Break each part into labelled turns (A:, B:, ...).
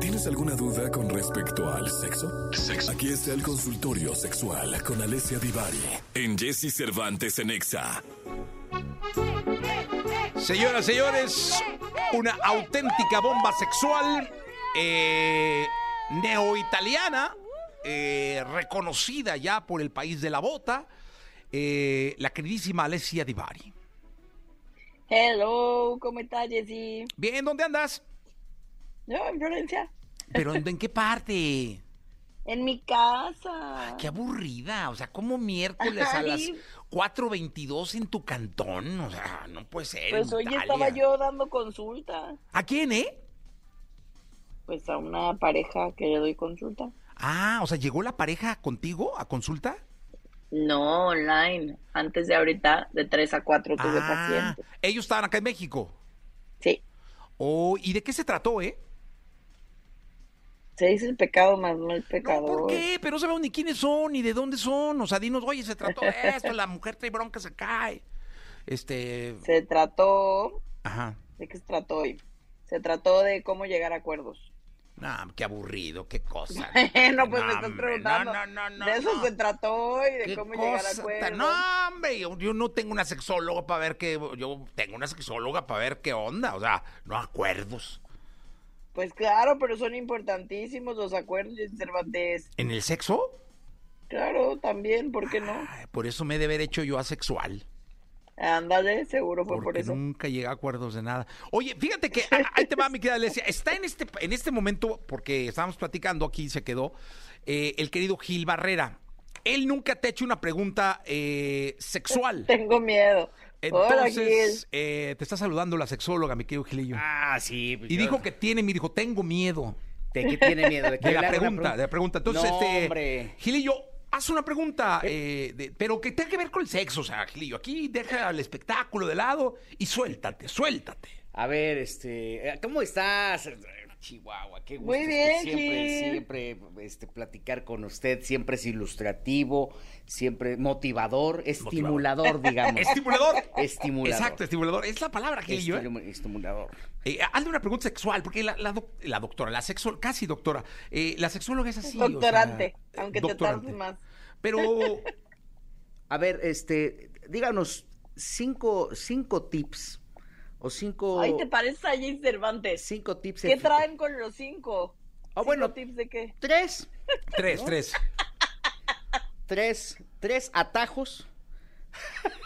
A: ¿Tienes alguna duda con respecto al sexo? Aquí está el consultorio sexual con Alessia Divari en Jesse Cervantes en Exa.
B: Señoras, señores, una auténtica bomba sexual eh, neoitaliana, eh, reconocida ya por el país de la bota, eh, la queridísima Alessia Divari.
C: Hello, ¿cómo estás, Jessy?
B: Bien, ¿dónde andas?
C: Yo, en Florencia,
B: ¿Pero en, en qué parte?
C: en mi casa.
B: Ah, Qué aburrida, o sea, ¿cómo miércoles a las
C: Ay.
B: 4.22 en tu cantón? O sea, no puede ser.
C: Pues
B: en
C: hoy
B: Italia.
C: estaba yo dando consulta,
B: ¿A quién, eh?
C: pues a una pareja que le doy consulta.
B: Ah, o sea, ¿llegó la pareja contigo a consulta?
C: No, online. Antes de ahorita, Pues de 3 a 4 tuve
B: Ah,
C: pacientes.
B: ellos estaban acá en México.
C: Sí,
B: Oh, ¿y de qué se trató, eh?
C: se dice el pecado más no el
B: No,
C: pecado.
B: ¿por qué? Pero no sabemos ni quiénes son, ni de dónde son. O sea, dinos, oye, se trató de esto, la mujer trae bronca, se cae. Este,
C: Se trató,
B: ajá.
C: ¿de qué se trató hoy? Se trató de cómo llegar a acuerdos.
B: Nah, qué aburrido, qué cosa.
C: no, pues
B: No,
C: me estás
B: hombre,
C: preguntando.
B: No, no, no, no,
C: de eso
B: no.
C: se trató hoy, de
B: ¿Qué
C: cómo llegar a
B: cosa
C: acuerdos.
B: tan- No, hombre, yo, yo no tengo una sexóloga para ver qué... Yo tengo una sexóloga para ver qué onda, o sea, no acuerdos.
C: Pues claro, pero son importantísimos los acuerdos de Cervantes.
B: ¿En el sexo?
C: Claro, también, ¿por qué no?
B: Ay, por eso me he de haber hecho yo asexual.
C: Ándale, seguro fue
B: Porque
C: por eso.
B: nunca llegué a acuerdos de nada. Oye, fíjate que a- ahí te va mi querida Alesia. Está en este, en este momento, porque estábamos platicando aquí, se quedó, eh, el querido Gil Barrera. Él nunca te ha hecho una pregunta eh, sexual.
C: Tengo miedo. Hola, Gil.
B: Entonces, eh, te está saludando la sexóloga, mi querido Gilillo.
D: Ah, sí. pues
B: y
D: yo-
B: dijo que tiene, me dijo, tengo miedo.
D: ¿De qué tiene miedo?
B: De
D: que le
B: la
D: haga una
B: pregunta, de la pregunta. Entonces,
D: No,
B: este,
D: hombre.
B: Gilillo, haz una pregunta, eh, de- pero que tenga que ver con el sexo, o sea, Gilillo, aquí deja el espectáculo de lado y suéltate, suéltate.
D: A ver, este, eh, ¿cómo estás? Chihuahua, qué gusto.
C: Muy
D: escu-
C: bien, Gil.
D: siempre, siempre, este, platicar con usted, siempre es ilustrativo, siempre motivador, estimulador, digamos.
B: Estimulador.
D: Estimulador.
B: Exacto, estimulador. Es la palabra, Gilillo. ¿eh?
D: Estimu- Estimulador.
B: Eh, hazle una pregunta sexual, porque la, la doc- la doctora, la sexo, casi doctora, eh, la sexóloga es así. o sea,
C: Doctorante, aunque te
B: doctorante.
C: tardes más.
B: Pero
D: A ver, este, díganos cinco, cinco tips o
B: Oh.
D: cinco,
C: Ay, ¿te pareces a Jay Cervantes?
D: cinco tips.
C: ¿Qué
D: efic-
C: traen con los cinco?
D: Ah,
C: ¿Cinco
D: bueno.
C: tips de qué?
D: Tres,
B: tres, tres.
D: tres, tres atajos,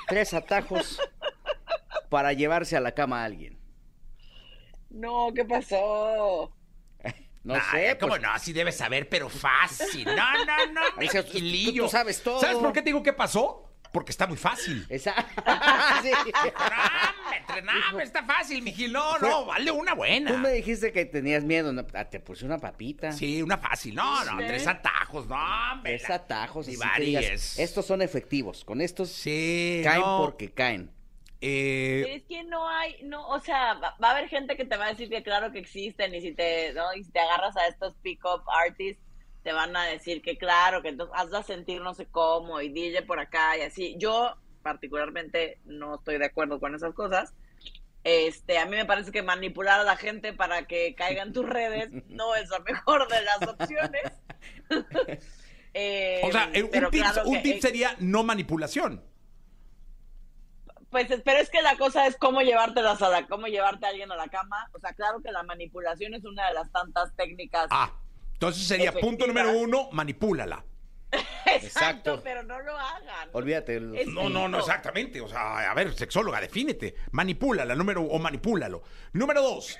D: tres atajos para llevarse a la cama a alguien.
C: No, ¿qué pasó?
D: No
B: Nah,
D: sé,
B: Ah, ¿Cómo
D: pues,
B: no? Así debes saber, pero fácil. No, no, no.
D: Ahí se- tú- tú-
B: Gilillo.
D: tú sabes todo. Eh.
B: ¿Sabes por qué te digo qué pasó? Porque está muy fácil.
D: esa- Sí.
B: ¡Caramba! entrename, está fácil, mi Gil. No, no, vale una
D: Tú me
B: buena.
D: dijiste que tenías miedo, ¿no? Ah, te puse una papita.
B: Sí, una fácil. No, no,
C: Sí.
B: tres atajos. No, hombre.
D: Tres
B: la-
D: atajos. así que
B: Divari
D: digas,
B: es-
D: Estos son efectivos. Con estos
B: Sí,
D: caen
B: no,
D: porque caen.
B: eh,
C: Es que no hay, no, o sea, va, va a haber gente que te va a decir que claro que existen y si te, ¿no? Y si te agarras a estos pick-up artists, te van a decir que claro, que entonces hazla sentir no sé cómo y dile por acá y así. Yo particularmente no estoy de acuerdo con esas cosas. Este, a mí me parece que manipular a la gente para que caiga en tus redes no es la mejor de las opciones. Eh,
B: o sea,
D: Em,
B: eh, un
C: pero
B: tip,
C: claro
B: un
C: que- e-
B: tip sería no manipulación.
C: Pues pero es que la cosa es cómo llevártelas a la, cómo llevarte a alguien a la cama. O sea, claro que la manipulación es una de las tantas técnicas.
B: Ah, entonces sería punto
C: Efectiva.
B: número uno, manipúlala.
D: exacto.
C: pero no lo hagan.
D: Olvídate. los-
C: Es-
B: No, no, no, exactamente. O sea, a ver, sexóloga, defínete. Manipúlala, número, o manipúlalo. Número dos,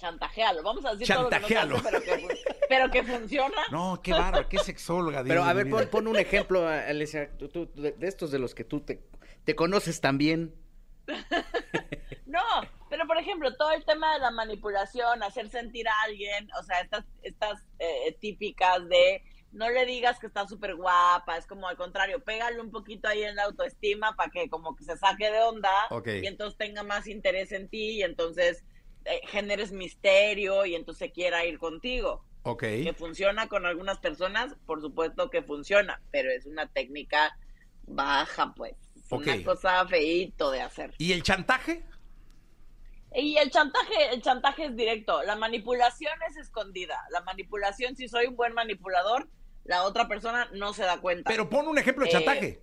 C: Chantajealo. Vamos a decir todo lo que no se hace,
B: Chantajealo.
C: pero, que, fun- pero que funciona.
B: No, qué bárbaro, qué sexóloga. Dios
D: Pero a
B: de
D: ver,
B: mi
D: pon,
B: vida.
D: pon un ejemplo, Alicia, tú- tú- de, de estos de los que tú te, te conoces también.
C: No, pero por ejemplo, todo el tema de la manipulación, hacer sentir a alguien, o sea, estas, estas eh, típicas de no le digas que está súper guapa, es como al contrario, pégale un poquito ahí en la autoestima para que como que se saque de onda
B: Ok.
C: y entonces tenga más interés en ti y entonces eh, generes misterio y entonces quiera ir contigo.
B: Ok.
C: Que funciona con algunas personas, por supuesto que funciona, pero es una técnica baja, pues. Es
B: Ok.
C: Una cosa feíto de hacer.
B: ¿Y el chantaje?
C: Y el chantaje, el chantaje es directo, la manipulación es escondida. La manipulación, si soy un buen manipulador, la otra persona no se da cuenta.
B: Pero pon un ejemplo de
C: Eh,
B: chantaje.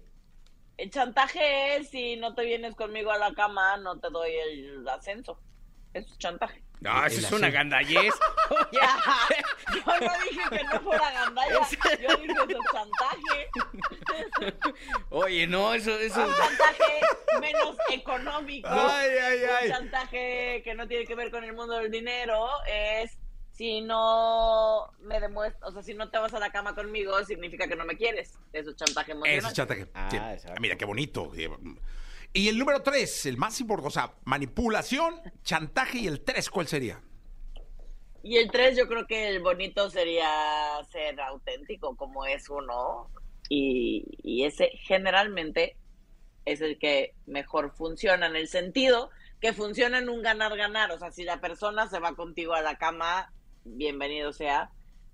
C: El chantaje es si no te vienes conmigo a la cama, no te doy el ascenso. Eso es chantaje.
E: No, eso es una gandallez.
C: Yo no dije que no fuera gandalla, yo dije eso es chantaje.
E: Oye, no, eso, eso.
C: Un chantaje menos económico.
B: Ay, ay, ay.
C: Un chantaje que no tiene que ver con el mundo del dinero es si no me demuestras, o sea, si no te vas a la cama conmigo, significa que no me quieres. Eso es chantaje emocional.
B: Eso es chantaje.
D: Ah,
B: sí.
D: exacto.
B: Mira, qué bonito. Y el número tres, el más importante, o sea, manipulación, chantaje y el tres, ¿cuál sería?
C: Y el tres, yo creo que el bonito sería ser auténtico como es uno. Y, y ese generalmente es el que mejor funciona en el sentido que funciona en un ganar-ganar. O sea, si la persona se va contigo a la cama, bienvenido sea.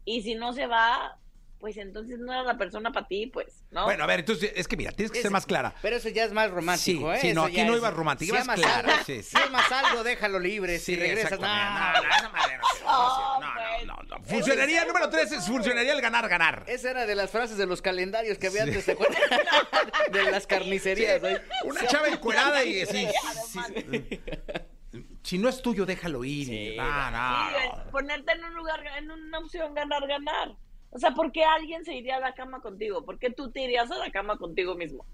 C: Y si no se va, pues entonces no era la persona para ti, pues, ¿no?
B: Bueno, a ver, entonces, es que mira, tienes que
D: Ese-
B: ser más clara.
D: Pero eso ya es más romántico,
B: Sí,
D: ¿eh?
B: sí, no,
D: Eso
B: aquí
D: ya
B: no
D: es-
B: iba romántico,
D: si
B: ibas
D: amas
B: claro,
D: algo,
B: sí, sí.
D: Si amas algo, déjalo libre. si
B: Sí,
D: regresas, no,
B: exactamente. No, no, esa madre
C: Oh,
B: no, se- no, no, no, no.
C: pues.
B: Funcionaría, el número tres, es- funcionaría el ganar, ganar.
D: Esa era de las frases de los calendarios que había antes, ¿te acuerdas? De las carnicerías. ¿eh?
B: Una chava encuerada y así.
C: Además.
B: sí, sí. Si no es tuyo, déjalo ir.
D: Sí,
B: Ah,
C: Sí,
B: no, no.
C: es ponerte en un lugar, en una opción ganar, ganar. O sea, ¿por qué alguien se iría a la cama contigo? ¿Por qué tú te irías a la cama contigo mismo?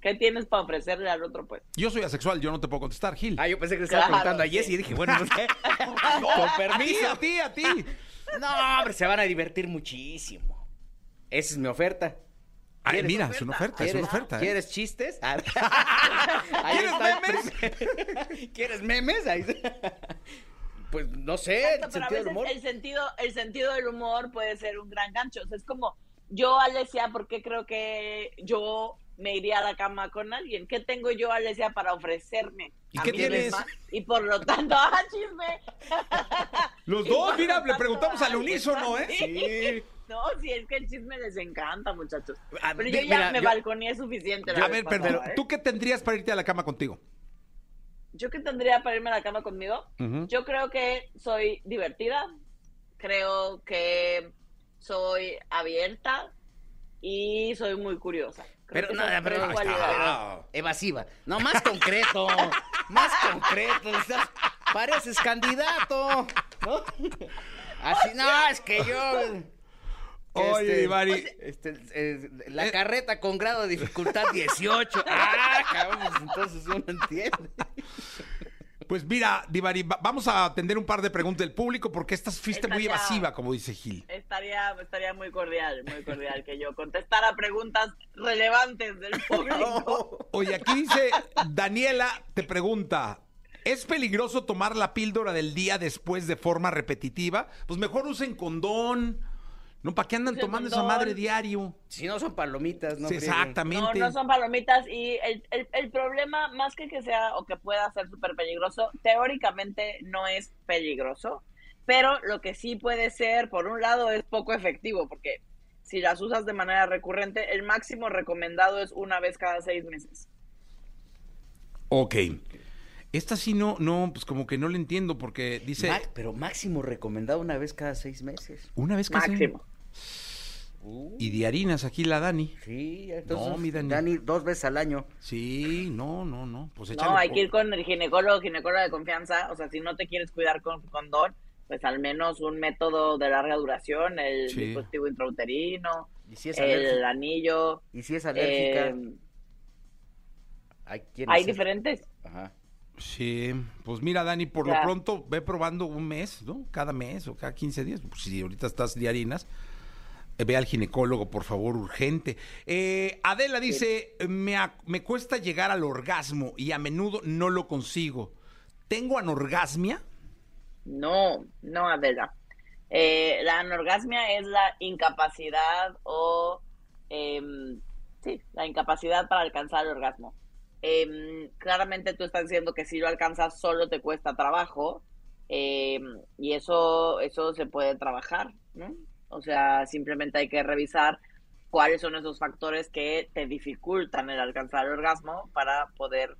C: ¿Qué tienes para ofrecerle al otro, pues?
B: Yo soy asexual, yo no te puedo contestar, Gil.
D: Ah, yo pensé que le estaba
C: Claro,
D: preguntando a
C: sí.
D: Jessy y dije, bueno, pues, ¿qué?
B: No,
D: con
B: a ti,
D: permiso.
B: A ti, a ti.
D: No, hombre, se van a divertir muchísimo. Esa es mi oferta.
B: Ay,
D: ¿Quieres
B: mira, es una oferta, es una
D: ¿Quieres,
B: oferta. ¿eh?
D: ¿quieres chistes? Ah, Ahí
B: ¿Quieres
D: está el
B: memes?
D: primer- ¿Quieres memes? Ahí está. Pues no sé, el
C: Pero a
D: sentido del
C: veces
D: humor.
C: el sentido, el sentido del humor puede ser un gran gancho. O sea, es como, yo, Alesia, ¿por qué creo que yo me iría a la cama con alguien? ¿Qué tengo yo, Alesia, para ofrecerme?
B: ¿Y
C: a
B: qué
C: mí
B: tienes?
C: misma? Y por lo tanto, ¡ah, chisme!
B: Los
C: Y
B: dos,
C: por
B: mira,
C: lo
B: le
C: tanto,
B: preguntamos al
C: ay,
B: unísono,
C: está
B: ¿eh?
D: Sí.
C: No, si es que el chisme les encanta, muchachos.
D: Ah,
C: Pero
D: mi-
C: yo ya
D: mira,
C: me
D: yo-
C: balconeé suficiente. la
B: A
C: vez
B: ver, pero,
C: pasada, ¿eh?
B: ¿tú qué tendrías para irte a la cama contigo?
C: ¿Yo qué tendría para irme a la cama conmigo? Yo creo que soy divertida, creo que soy abierta y soy muy curiosa. Creo
D: Pero
C: que
D: no,
C: son
D: pero
C: tres
D: no,
C: cualidades.
D: está- evasiva. No, más concreto. más concreto. estás- pareces candidato. ¿no? Así, no, es que yo. que
B: Oye,
D: este,
B: Mari.
D: este, eh, la carreta con grado de dificultad 18. Ah, cabrón, pues entonces uno entiende.
B: Pues mira, Divari, va- vamos a atender un par de preguntas del público porque esta fuiste muy
C: Estaría-
B: evasiva, como dice Gil.
C: Estaría, estaría muy cordial, muy cordial que yo contestara preguntas relevantes del público.
B: Oye, aquí dice Daniela, te pregunta, ¿es peligroso tomar la píldora del día después de forma repetitiva? Pues mejor usen condón. No, ¿para qué andan
C: Usen
B: tomando esa
C: condón.
B: madre diario?
D: Si no son palomitas, no.
B: Sí,
D: frieguen.
B: exactamente.
C: No, no son palomitas y el, el- el problema, más que que sea o que pueda ser súper peligroso, teóricamente no es peligroso, pero lo que sí puede ser, por un lado, es poco efectivo, porque si las usas de manera recurrente, el máximo recomendado es una vez cada seis meses.
B: Ok. Esta sí no, no, pues como que no le entiendo porque dice
D: Ma- pero máximo recomendado una vez cada seis meses.
B: una vez que hacen-
C: Máximo.
D: Uh,
B: y diarinas aquí la Dani.
D: sí, entonces.
B: No, mi Dani.
D: Dani. dos veces al año.
B: Sí, no, no, no. Pues échale
C: No, hay
B: por-
C: que ir con el ginecólogo, ginecólogo de confianza, o sea, si no te quieres cuidar con condón, pues al menos un método de larga duración, el
B: Sí.
C: dispositivo intrauterino,
D: Y si es
C: el
D: alérgica.
C: anillo.
D: Y si es alérgica.
C: em,
D: hay quienes-
C: Hay diferentes.
D: Ajá.
B: Sí, pues mira, Dani, por lo
C: Ya.
B: pronto ve probando un mes, ¿no? Cada mes o cada 15 días. Pues, si ahorita estás diarinas, eh, ve al ginecólogo, por favor, urgente. Eh, Adela dice: me, ac- me cuesta llegar al orgasmo y a menudo no lo consigo. ¿Tengo anorgasmia?
C: No, no, Adela. Eh, la anorgasmia es la incapacidad o... em, sí, la incapacidad para alcanzar el orgasmo. Em, claramente tú estás diciendo que si lo alcanzas solo te cuesta trabajo em, y eso, eso se puede trabajar, ¿no? O sea, simplemente hay que revisar cuáles son esos factores que te dificultan el alcanzar el orgasmo para poder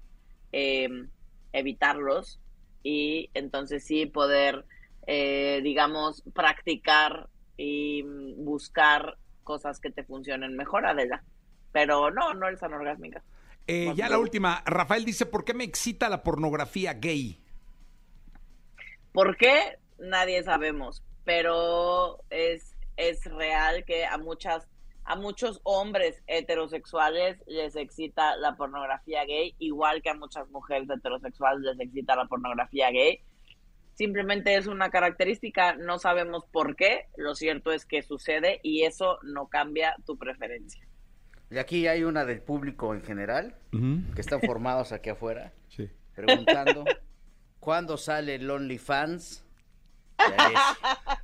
C: em, evitarlos y entonces sí poder, eh, digamos, practicar y mm, buscar cosas que te funcionen mejor, Adela. Pero no, no eres anorgásmica.
B: Eh, ya la última. Rafael dice, ¿por qué me excita la pornografía gay?
C: ¿Por qué? Nadie sabemos, pero es, es real que a muchas a muchos hombres heterosexuales les excita la pornografía gay, igual que a muchas mujeres heterosexuales les excita la pornografía gay. Simplemente es una característica, no sabemos por qué, lo cierto es que sucede y eso no cambia tu preferencia.
D: Y aquí hay una del público en general, que están formados aquí afuera, preguntando, ¿cuándo sale el OnlyFans? Ya ves,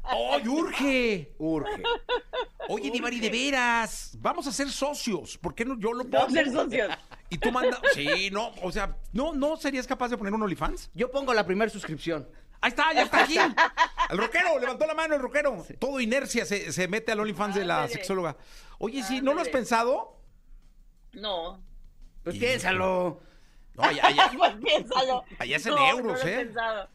B: ¡Ay, urge!
D: urge.
B: Oye, Divari, de veras, vamos a ser socios. ¿Por qué no yo lo
C: No
B: pongo?
C: ser socios.
B: Y tú manda. Sí, no, o sea, ¿no, ¿no serías capaz de poner un OnlyFans?
D: Yo pongo la primera suscripción.
B: Ahí está, ya está aquí. El rockero, levantó la mano el rockero. Todo inercia se, se mete al OnlyFans de la
C: Ándale.
B: sexóloga. Oye, sí, ¿no lo has
C: Ándale.
B: pensado?
C: No.
D: Pues
B: Y-
D: piénsalo.
B: No, ya, ya.
C: Pues piénsalo.
B: Allá es en
C: No, no
B: euros,
C: lo he
B: ¿eh?
C: pensado.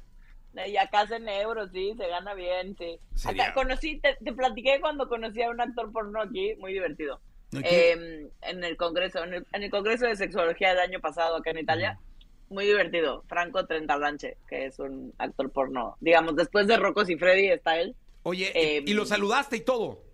C: Y acá es en euros, sí, se gana bien, sí.
B: Sería-
C: Acá conocí, te, te platiqué cuando conocí a un actor porno aquí, muy divertido.
B: ¿Y
C: Eh, en el congreso, en el, en el congreso de sexología del año pasado acá en Italia. Muy divertido. Franco Trentalanche, que es un actor porno. Digamos, después de Rocos y Freddy está él.
B: Oye,
C: eh,
B: y, y lo saludaste y todo.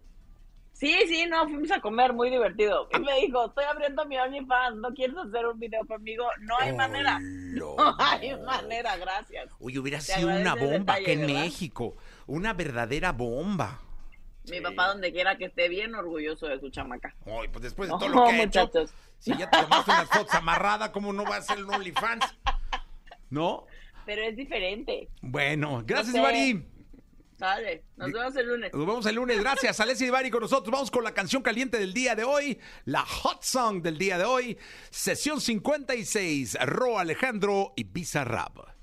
C: Sí, sí, no, fuimos a comer, muy divertido. Y me dijo, estoy abriendo mi OnlyFans, ¿no quieres hacer un video conmigo? No hay manera. No hay manera, gracias.
B: Oye, hubiera
C: Te
B: sido una
C: agradece el
B: bomba
C: detalle,
B: acá en
C: ¿verdad?
B: México. Una verdadera bomba.
C: Mi papá, donde quiera que esté, bien orgulloso de su chamaca.
B: Ay, pues después de
C: No,
B: todo lo que ha hecho,
C: muchachos.
B: si ya te tomaste unas fotos amarrada, ¿cómo no va a ser un OnlyFans? ¿No?
C: Pero es diferente,
B: Bueno, gracias,
C: sé.
B: Divari.
C: ¿sabes? Nos vemos el lunes.
B: Nos vemos el lunes. Gracias, Alessia Divari con nosotros. Vamos con la canción caliente del día de hoy, la hot song del día de hoy, sesión 56, Ro Alejandro y Pizarrab.